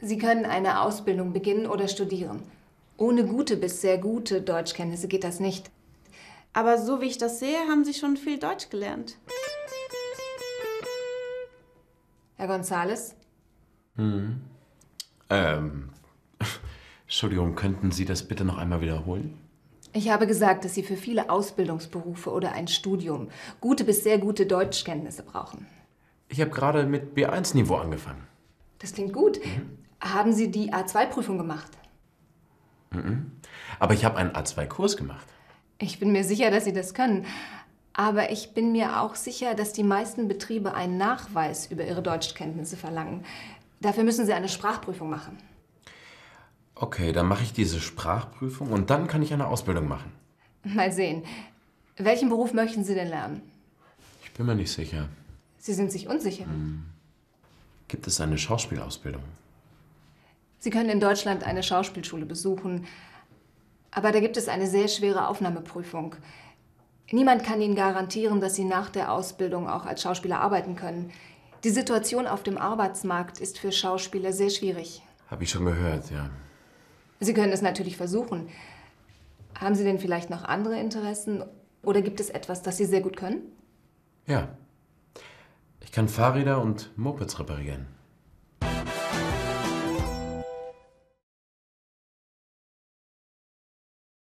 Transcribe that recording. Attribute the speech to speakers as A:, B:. A: Sie können eine Ausbildung beginnen oder studieren. Ohne gute bis sehr gute Deutschkenntnisse geht das nicht.
B: Aber so wie ich das sehe, haben Sie schon viel Deutsch gelernt.
A: Herr Gonzales?
C: Hm. Ähm. Entschuldigung, könnten Sie das bitte noch einmal wiederholen?
A: Ich habe gesagt, dass Sie für viele Ausbildungsberufe oder ein Studium gute bis sehr gute Deutschkenntnisse brauchen.
C: Ich habe gerade mit B1-Niveau angefangen.
A: Das klingt gut. Haben Sie die A2-Prüfung gemacht?
C: Mhm. Aber ich habe einen A2-Kurs gemacht.
A: Ich bin mir sicher, dass Sie das können. Aber ich bin mir auch sicher, dass die meisten Betriebe einen Nachweis über ihre Deutschkenntnisse verlangen. Dafür müssen Sie eine Sprachprüfung machen.
C: Okay, dann mache ich diese Sprachprüfung und dann kann ich eine Ausbildung machen.
A: Mal sehen. Welchen Beruf möchten Sie denn lernen?
C: Ich bin mir nicht sicher.
A: Sie sind sich unsicher. Hm.
C: Gibt es eine Schauspielausbildung?
A: Sie können in Deutschland eine Schauspielschule besuchen, aber da gibt es eine sehr schwere Aufnahmeprüfung. Niemand kann Ihnen garantieren, dass Sie nach der Ausbildung auch als Schauspieler arbeiten können. Die Situation auf dem Arbeitsmarkt ist für Schauspieler sehr schwierig.
C: Habe ich schon gehört, ja.
A: Sie können es natürlich versuchen. Haben Sie denn vielleicht noch andere Interessen oder gibt es etwas, das Sie sehr gut können?
C: Ja. Ich kann Fahrräder und Mopeds reparieren.